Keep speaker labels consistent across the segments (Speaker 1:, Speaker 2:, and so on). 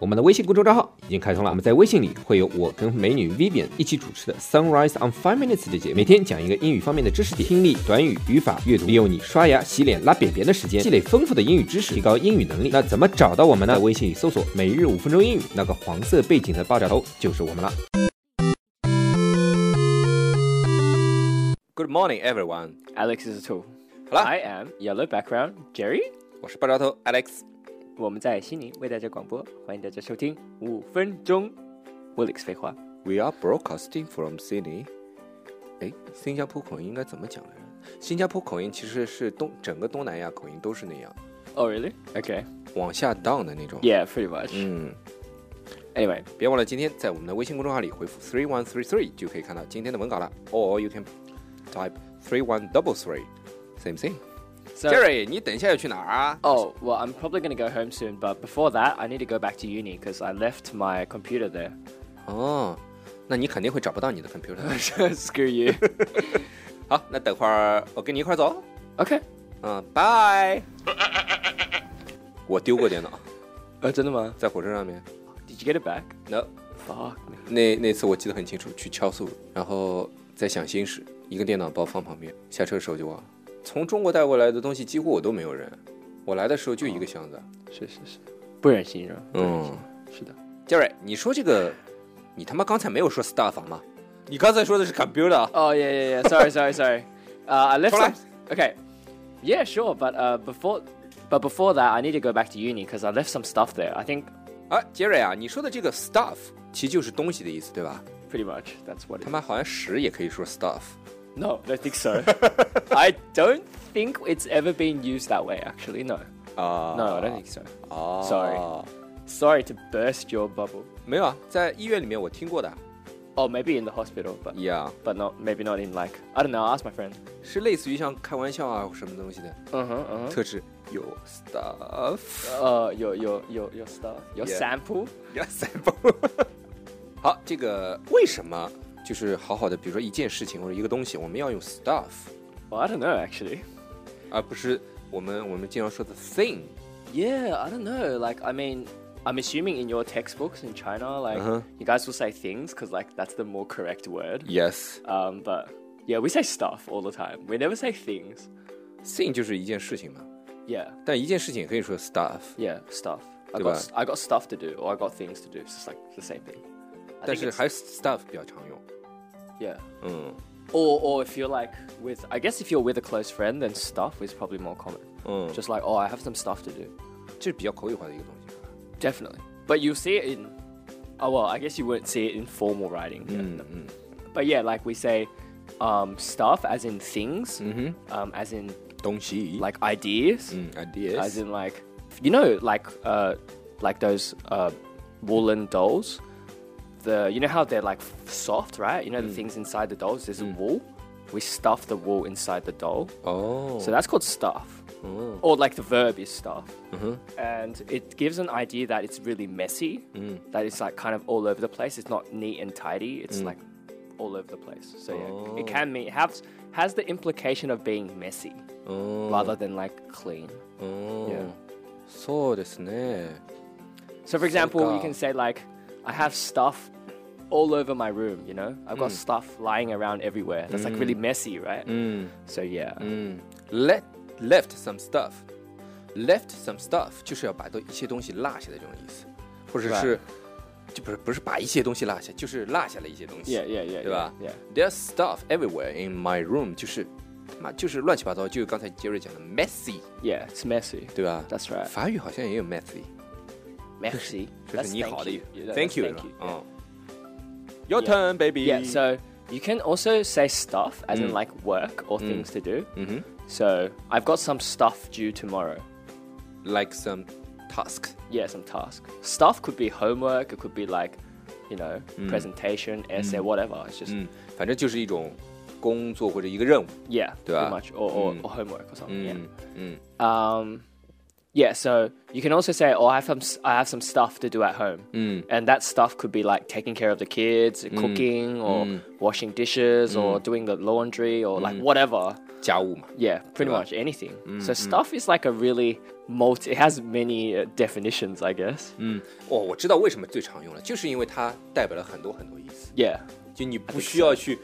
Speaker 1: 我们的微信公众账号已经开通了，我们在微信里会有我跟美女 Vivian 一起主持的 Sunrise on Five Minutes 的节目，每天讲一个英语方面的知识点，听力、短语、语法、阅读，利用你刷牙、洗脸、拉便便的时间，积累丰富的英语知识，提高英语能力。那怎么找到我们呢？在微信里搜索“每日五分钟英语”，那个黄色背景的爆炸头就是我们了。Good morning, everyone.
Speaker 2: Alex is a tool.
Speaker 1: 好了
Speaker 2: I am yellow background Jerry。
Speaker 1: 我是爆炸头 Alex。
Speaker 2: 我们在悉尼为大家广播，欢迎大家收听五分钟 Alex 废话。
Speaker 1: We are broadcasting from Sydney。哎，新加坡口音应该怎么讲来着？新加坡口音其实是东整个东南亚口音都是那样，
Speaker 2: Oh really? Mm. Okay.
Speaker 1: 往下 down 的那种。
Speaker 2: Yeah, pretty much.
Speaker 1: 嗯，
Speaker 2: Anyway,
Speaker 1: 别忘了今天在我们的微信公众号里回复 three one three three 就可以看到今天的文稿了。Or you can type three one double three。Same thing。
Speaker 2: so
Speaker 1: Jerry，你等一下要去哪儿啊？
Speaker 2: Oh well, I'm probably gonna go home soon, but before that, I need to go back to uni because I left my computer there.
Speaker 1: 哦，那你肯定会找不到你的 computer。
Speaker 2: Screw you.
Speaker 1: 好，那等会儿我跟你一块儿走。
Speaker 2: Okay.
Speaker 1: 嗯，拜。我丢过电脑，
Speaker 2: 呃，真的吗
Speaker 1: 在火车上面。
Speaker 2: ？Did you get it back?
Speaker 1: No。
Speaker 2: Fuck.
Speaker 1: 那那次我记得很清楚，去敲速，然后在想心事，一个电脑包放旁边，下车手就忘了。从中国带过来的东西几乎我都没有扔，我来的时候就一个箱子。
Speaker 2: 是是是，不忍心是吧？不忍心
Speaker 1: 哦嗯，
Speaker 2: 是的。
Speaker 1: 杰瑞，你说这个，你他妈刚才没有说 stuff 好吗？你刚才说的是 computer，
Speaker 2: Oh yeah, yeah, yeah. Sorry, sorry, sorry. Uh, I left.
Speaker 1: Alright.
Speaker 2: Some, okay. Yeah, sure. But uh, before, but before that, I need to go back to uni because I left some stuff there. I think
Speaker 1: 啊，杰瑞啊，你说的这个 stuff 其实就是东西的意思，对吧？
Speaker 2: pretty much that's what.
Speaker 1: 他
Speaker 2: It,
Speaker 1: 妈好像屎也可以说 stuff。
Speaker 2: no, I don't think so. I don't think it's ever been used that way. Actually, no.
Speaker 1: 啊
Speaker 2: No, I don't think so.
Speaker 1: 啊
Speaker 2: Sorry Sorry to burst your bubble.
Speaker 1: 没有啊，在医院里面我听过的，
Speaker 2: Oh, maybe in the hospital, but
Speaker 1: 一样
Speaker 2: but not maybe not in like I don't know. I'll ask my friend.
Speaker 1: 是类似于像开玩笑啊或什么东西的。
Speaker 2: Uh huh. Uh huh.
Speaker 1: 特质有 stuff，
Speaker 2: Uh, your your your your stuff, your
Speaker 1: Yeah.
Speaker 2: sample.
Speaker 1: 有 sample。好，这个为什么就是好好的，比如说一件事情或者一个东西，我们要用 stuff，
Speaker 2: Well, I don't know actually.
Speaker 1: 而不是我们我们经常说的 thing。
Speaker 2: Yeah, I don't know. Like, I mean, I'm assuming in your textbooks in China, like,
Speaker 1: Uh-huh.
Speaker 2: you guys will say things because, like, that's the more correct word.
Speaker 1: Yes，thing
Speaker 2: Um, but yeah, we say stuff all the time. We never say things.
Speaker 1: 就是一件事情嘛，
Speaker 2: Yeah,
Speaker 1: 但一件事情也可以说 stuff。
Speaker 2: yeah, stuff. I
Speaker 1: Goodbye.
Speaker 2: got, s- I got stuff to do, or I got things to do. It's just like the same thing. I
Speaker 1: 但
Speaker 2: think
Speaker 1: 是
Speaker 2: it's-
Speaker 1: 还是 stuff 比较常用。
Speaker 2: yeah.
Speaker 1: 嗯
Speaker 2: Or, or if you're like with, I guess if you're with a close friend, then stuff is probably more common.
Speaker 1: 嗯，
Speaker 2: Just like, oh, I have some stuff to do.
Speaker 1: 这是比较口语化的一个东西。
Speaker 2: Definitely. But you'll see it in, oh, well, I guess you wouldn't see it in formal writing. Yeah, no.
Speaker 1: 嗯嗯
Speaker 2: But yeah, like we say, um, stuff as in things,
Speaker 1: 嗯
Speaker 2: um, as in
Speaker 1: 哼，东西
Speaker 2: like ideas,
Speaker 1: 嗯
Speaker 2: as
Speaker 1: ideas，
Speaker 2: in like you know, like uh, like those uh, woolen dolls. The you know how they're like soft, right? You know the things inside the dolls. There's wool. We stuff the wool inside the doll,
Speaker 1: 哦
Speaker 2: so that's called stuff.
Speaker 1: Oh.
Speaker 2: Or like the verb is stuff,
Speaker 1: Mm-hmm.
Speaker 2: and it gives an idea that it's really messy,
Speaker 1: Mm.
Speaker 2: that it's like kind of all over the place. It's not neat and tidy. It's like all over the place. So yeah,
Speaker 1: Oh.
Speaker 2: it can mean has has the implication of being messy
Speaker 1: 哦
Speaker 2: rather than like clean.
Speaker 1: 哦，そうですね。
Speaker 2: So for example, you
Speaker 1: God.
Speaker 2: can say like, I have stuff all over my room. You know, I've
Speaker 1: Mm.
Speaker 2: got stuff lying around everywhere. That's like really messy, right?
Speaker 1: Mm.
Speaker 2: So yeah,
Speaker 1: let left some stuff, left some stuff 就是要把都一些东西落下的这种意思，或者是就不是不是把一些东西落下，就是落下了一些东西
Speaker 2: yeah, yeah, yeah,
Speaker 1: 对
Speaker 2: yeah,
Speaker 1: 吧
Speaker 2: yeah.
Speaker 1: ？There's stuff everywhere in my room，就是他妈就是乱七八糟，就是刚才 Jerry 讲的 messy，
Speaker 2: Yeah, it's messy.
Speaker 1: 对吧
Speaker 2: That's right.
Speaker 1: 法语好像也有 messy，
Speaker 2: Messy.
Speaker 1: 这
Speaker 2: That's
Speaker 1: 是你好
Speaker 2: thank
Speaker 1: 的意
Speaker 2: you.
Speaker 1: 思
Speaker 2: Yeah, that's
Speaker 1: Thank you，
Speaker 2: thank
Speaker 1: 是
Speaker 2: you.
Speaker 1: 吧嗯。Your turn, baby.
Speaker 2: Yeah, so you can also say stuff, as
Speaker 1: Mm.
Speaker 2: in like work or things to do.
Speaker 1: Mhm.
Speaker 2: So I've got some stuff due tomorrow.
Speaker 1: like some task.
Speaker 2: Yeah, some task. Stuff could be homework, it could be like, you know,
Speaker 1: Mm.
Speaker 2: presentation, essay, whatever. It's just,
Speaker 1: 嗯，反正就是一种工作或者一个任务。Yeah.
Speaker 2: yeah, pretty much. Or, or,
Speaker 1: Mm.
Speaker 2: or homework or something,
Speaker 1: 嗯嗯
Speaker 2: yeah. Um, yeah, so you can also say, "Oh, I have some, s- I have some stuff to do at home," mm. and that stuff could be like taking care of the kids,
Speaker 1: Mm.
Speaker 2: cooking, or washing dishes, or doing the laundry, or
Speaker 1: Mm.
Speaker 2: like whatever.
Speaker 1: 家务嘛。
Speaker 2: Yeah, pretty much anything. So stuff is like a really multi. It has many uh, definitions, I guess.
Speaker 1: 哦，我知道为什么最常用了，就是因为它代表了很多很多意思。
Speaker 2: Yeah,
Speaker 1: 就你不需要去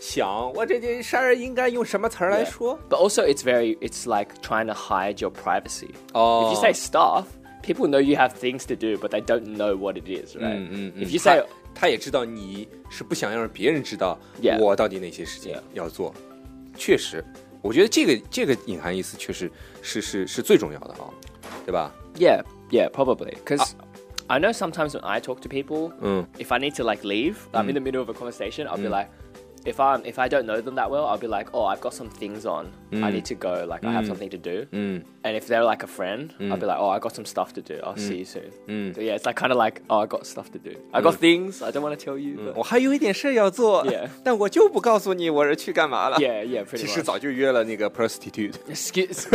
Speaker 1: 想，我这件事儿应该用什么词儿来
Speaker 2: yeah.
Speaker 1: 说。
Speaker 2: But also, it's very. It's like trying to hide your privacy.
Speaker 1: 哦
Speaker 2: If you say stuff, people know you have things to do, but they don't know what it is, right?
Speaker 1: 嗯嗯嗯
Speaker 2: If you say
Speaker 1: 他他也知道你是不想让别人知道
Speaker 2: Yeah.
Speaker 1: 我到底哪些事情
Speaker 2: Yeah.
Speaker 1: 要做。确实，我觉得这个这个隐含意思确实是是是最重要的啊、对吧？
Speaker 2: Yeah, yeah, probably. Because I know sometimes when I talk to people, if I need to like leave, I'm in the middle of a conversation. I'll be like, if I'm if I don't know them that well, I'll be like, oh, I've got some things on. I need to go. Like I have something to do. And if they're like a friend, I'll be like, oh, I got some stuff to do. I'll see you soon. So yeah, it's like kind of like, oh, I got stuff to do. I got things. I don't want to tell you. But
Speaker 1: 我还有一点事儿要做
Speaker 2: Yeah.
Speaker 1: 但我就不告诉你我是去干嘛了。
Speaker 2: yeah, yeah, pretty
Speaker 1: 其
Speaker 2: much.
Speaker 1: 实早就约了那个 prostitute。
Speaker 2: Excuse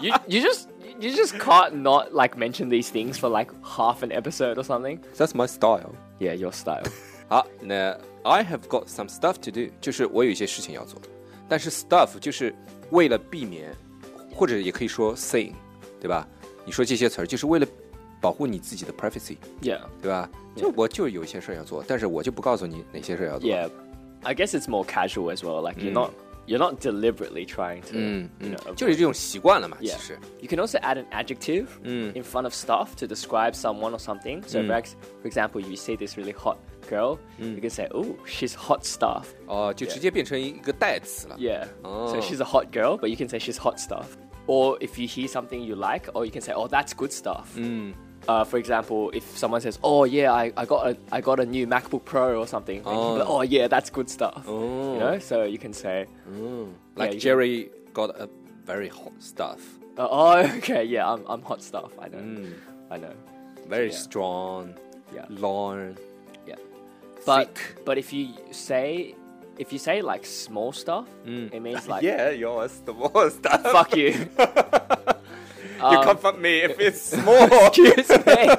Speaker 2: you, you just you just can't not like mention these things for like half an episode or something.
Speaker 1: That's my style。
Speaker 2: Yeah, your style.
Speaker 1: 好，那 I have got some stuff to do，就是我有一些事情要做。但是 stuff 就是为了避免，或者也可以说 thing，对吧？你说这些词儿就是为了保护你自己的 privacy，
Speaker 2: Yeah.
Speaker 1: 对吧？就我就有一些事儿要做，但是我就不告诉你哪些事儿要做。
Speaker 2: Yeah. I guess it's more casual as well. Like you're not you're not deliberately trying to you know
Speaker 1: 就
Speaker 2: avoid-
Speaker 1: 是这种习惯了嘛，其
Speaker 2: yeah.
Speaker 1: 实
Speaker 2: You can also add an adjective in front of stuff to describe someone or something. So for ex- for example, you see this really hot girl, you can say, "Oh, she's hot stuff."
Speaker 1: 哦，就直接变成一个代词了。
Speaker 2: Yeah.
Speaker 1: Oh.
Speaker 2: So she's a hot girl, but you can say she's hot stuff. Or if you hear something you like, or you can say, "Oh, that's good stuff." Uh, for example, if someone says, "Oh yeah, I, I got a I got a new MacBook Pro or something," and you can be like, oh yeah, that's good stuff. You know, so you can say,
Speaker 1: 哦 Like
Speaker 2: yeah,
Speaker 1: Jerry got a very hot stuff,
Speaker 2: uh, "Oh okay, yeah, I'm I'm hot stuff." I know, I know.
Speaker 1: very
Speaker 2: Yeah.
Speaker 1: strong,
Speaker 2: Yeah.
Speaker 1: long,
Speaker 2: Yeah. But
Speaker 1: Thick.
Speaker 2: but if you say if you say like small stuff, it means like
Speaker 1: Yeah, yours the more stuff.
Speaker 2: fuck you.
Speaker 1: You
Speaker 2: Um,
Speaker 1: confront me if it's small.
Speaker 2: Excuse me.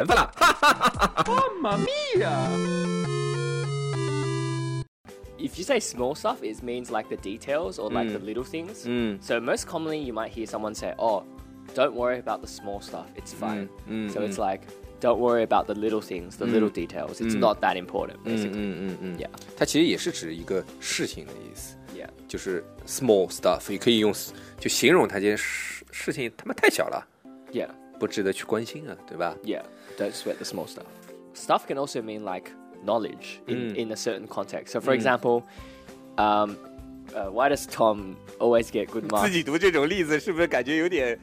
Speaker 3: 分啦。
Speaker 2: if you say small stuff, it means like the details or like the little things. So most commonly, you might hear someone say, "Oh, don't worry about the small stuff. It's fine." So it's like, "Don't worry about the little things, the little details. It's not that important." Basically,
Speaker 1: 它其实也是指一个事情的意思，
Speaker 2: yeah,
Speaker 1: 就是 small stuff，也可以用 s- 就形容它这件事事情，他妈太小了，
Speaker 2: yeah,
Speaker 1: 不值得去关心啊，对吧？
Speaker 2: yeah. Don't sweat the small stuff. Mm. Stuff can also mean like knowledge in, in a certain context. So for example, um, uh, why does Tom always get good marks?
Speaker 1: 读这种例子是不是感觉有点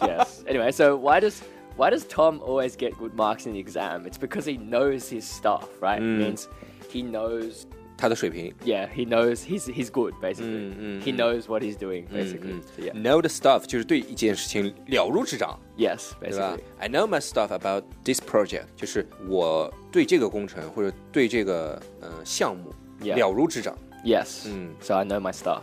Speaker 2: yes. Anyway, so why does why does Tom always get good marks in the exam? It's because he knows his stuff, right? It means he knows.
Speaker 1: 他的水平
Speaker 2: Yeah, he knows he's he's good basically. he knows what he's doing basically. So, yeah.
Speaker 1: know the stuff 就是对一件事情了如指掌，
Speaker 2: Yes,
Speaker 1: 对吧
Speaker 2: basically.
Speaker 1: ？I know my stuff about this project，就是我对这个工程或者对这个呃项目
Speaker 2: Yeah
Speaker 1: 了如指掌。嗯
Speaker 2: Yes. So I know my stuff.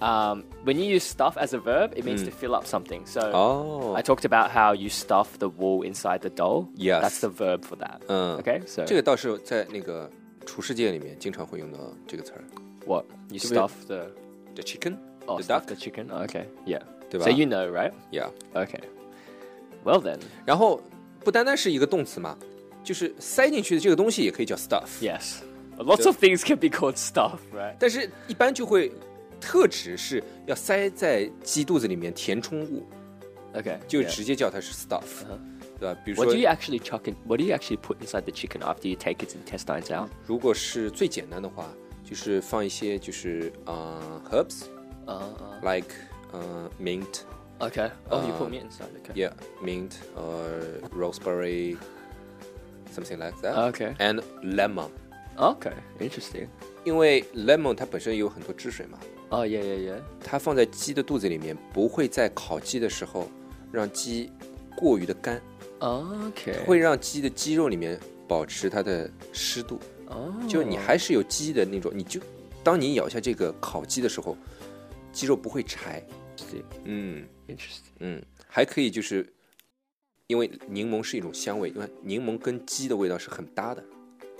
Speaker 2: Um, when you use stuff as a verb, it means to fill up something. So
Speaker 1: 哦
Speaker 2: I talked about how you stuff the wool inside the doll.
Speaker 1: Yes. Uh.
Speaker 2: That's the verb for that.
Speaker 1: 嗯
Speaker 2: Okay. So
Speaker 1: 这个倒是在那个厨师界里面经常会用到这个词儿
Speaker 2: what you stuff the
Speaker 1: ，the chicken，
Speaker 2: oh
Speaker 1: The
Speaker 2: stuff
Speaker 1: duck.
Speaker 2: the chicken. Oh, Okay. Yeah.
Speaker 1: 对吧
Speaker 2: So you know, right?
Speaker 1: yeah。
Speaker 2: Okay. Well then,
Speaker 1: 然后不单单是一个动词嘛，就是塞进去的这个东西也可以叫 stuff。
Speaker 2: yes. Lots of things can be called stuff, right?
Speaker 1: 但是一般就会特指是要塞在鸡肚子里面填充物，
Speaker 2: Okay.
Speaker 1: 就
Speaker 2: yeah.
Speaker 1: 直接叫它是 stuff，、对吧？比如
Speaker 2: What do you
Speaker 1: 说，
Speaker 2: actually chuck in? What do you actually put inside the chicken after you take its intestines out?
Speaker 1: 如果是最简单的话，就是放一些就是啊、呃 herbs，like 啊、 uh, mint.
Speaker 2: Okay. Oh, you
Speaker 1: Uh,
Speaker 2: put me inside. Okay.
Speaker 1: Yeah, mint or rosemary, something like that.
Speaker 2: Okay.
Speaker 1: And lemon，
Speaker 2: Okay. Interesting.
Speaker 1: 因为 lemon 它本身有很多汁水嘛，
Speaker 2: Oh yeah yeah yeah.
Speaker 1: 它放在鸡的肚子里面，不会在烤鸡的时候让鸡过于的干，
Speaker 2: Okay.
Speaker 1: 会让鸡的鸡肉里面保持它的湿度，
Speaker 2: Oh.
Speaker 1: 就你还是有鸡的那种，你就当你咬下这个烤鸡的时候，鸡肉不会柴。嗯
Speaker 2: Interesting.
Speaker 1: 嗯，还可以就是因为柠檬是一种香味，因为柠檬跟鸡的味道是很搭的，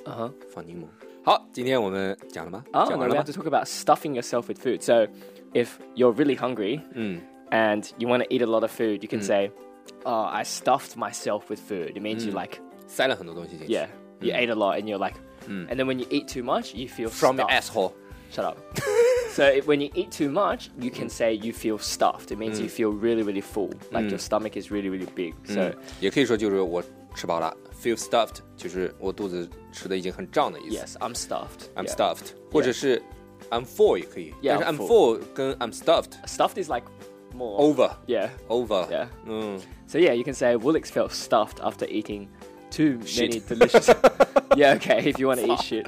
Speaker 2: Uh huh.
Speaker 1: 放柠檬。好，今天我们讲了吗？
Speaker 2: Oh,
Speaker 1: 讲
Speaker 2: and
Speaker 1: 完
Speaker 2: then we
Speaker 1: 了
Speaker 2: have
Speaker 1: 吗
Speaker 2: to？talk about stuffing yourself with food. So, if you're really hungry
Speaker 1: 嗯
Speaker 2: and you want to eat a lot of food, you can
Speaker 1: Mm.
Speaker 2: say, "Oh, I stuffed myself with food." It means
Speaker 1: Mm.
Speaker 2: you like,
Speaker 1: 塞了很多东西进去。
Speaker 2: yeah, you ate a lot, and you're like, and then when you eat too much, you feel
Speaker 1: Mm. From your
Speaker 2: stuffed.
Speaker 1: asshole。
Speaker 2: Shut up. so if, when you eat too much, you can say you feel stuffed. It
Speaker 1: Mm.
Speaker 2: means you feel really, really full. Like your stomach is really, really big. So
Speaker 1: 嗯，也可以说就是我吃饱了，feel stuffed，就是我肚子吃的已经很胀的意思。
Speaker 2: yes, I'm stuffed.
Speaker 1: I'm
Speaker 2: Yeah.
Speaker 1: stuffed，或者是 I'm full 也可以，
Speaker 2: Yeah,
Speaker 1: 但是
Speaker 2: I'm
Speaker 1: I'm full 跟 I'm stuffed
Speaker 2: Stuffed is like more
Speaker 1: over
Speaker 2: Yeah.
Speaker 1: over，
Speaker 2: Yeah.
Speaker 1: 嗯，
Speaker 2: So yeah, you can say Woolix felt stuffed after eating too
Speaker 1: Shit.
Speaker 2: many delicious. yeah. Okay. If you want to eat shit.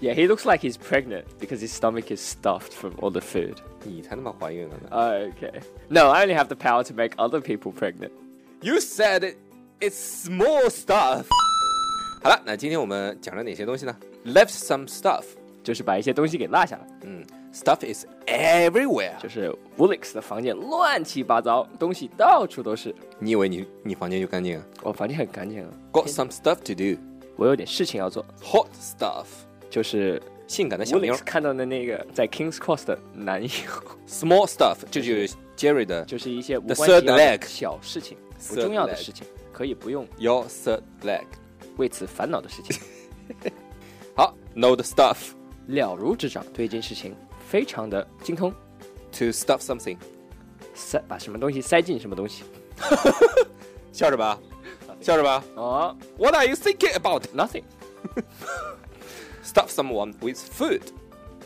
Speaker 2: Yeah, he looks like he's pregnant because his stomach is stuffed from all the food.
Speaker 1: 你才他妈怀孕了呢。
Speaker 2: Okay. No, I only have the power to make other people pregnant.
Speaker 1: You said it's small stuff。好了，那今天我们讲了哪些东西呢？Left some stuff，
Speaker 2: 就是把一些东西给落下来。
Speaker 1: 嗯，stuff is everywhere。
Speaker 2: 就是 Woolix 的房间乱七八糟，东西到处都是。
Speaker 1: 你以为你你房间就干净啊
Speaker 2: 我房间很干净啊，
Speaker 1: ？Got some stuff to do，hot
Speaker 2: 我有点事情要做。
Speaker 1: stuff，
Speaker 2: 就是
Speaker 1: 性感的小妞
Speaker 2: Woolix 看到的那个在 Kings Cross 的男友，
Speaker 1: ，small stuff，这就是 Jerry 的
Speaker 2: 就是一些无
Speaker 1: The
Speaker 2: 关紧要
Speaker 1: third leg
Speaker 2: 的小事情，不
Speaker 1: Third
Speaker 2: 重要的
Speaker 1: leg
Speaker 2: 事情，可以不用
Speaker 1: your third leg。
Speaker 2: 为此烦恼的事情，
Speaker 1: 好，know the stuff。
Speaker 2: 了如指掌，对一件事情非常的精通，
Speaker 1: To stuff something，
Speaker 2: 塞把什么东西塞进什么东西。
Speaker 1: 笑着吧，笑着吧。
Speaker 2: 哦、
Speaker 1: What are you thinking about?
Speaker 2: n o t h i n g
Speaker 1: Stuff someone with food.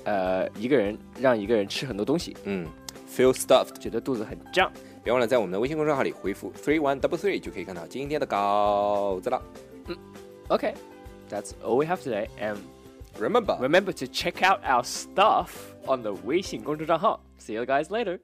Speaker 2: 呃，一个人让一个人吃很多东西，
Speaker 1: 嗯，feel stuffed。
Speaker 2: 觉得肚子很胀。
Speaker 1: 别忘了在我们的微信公众号里回复 three one double three 就可以看到今天的稿子了。
Speaker 2: Okay，that's all we have today, and
Speaker 1: Remember.
Speaker 2: Remember to check out our stuff on the Weixin 公众账号. See you guys later.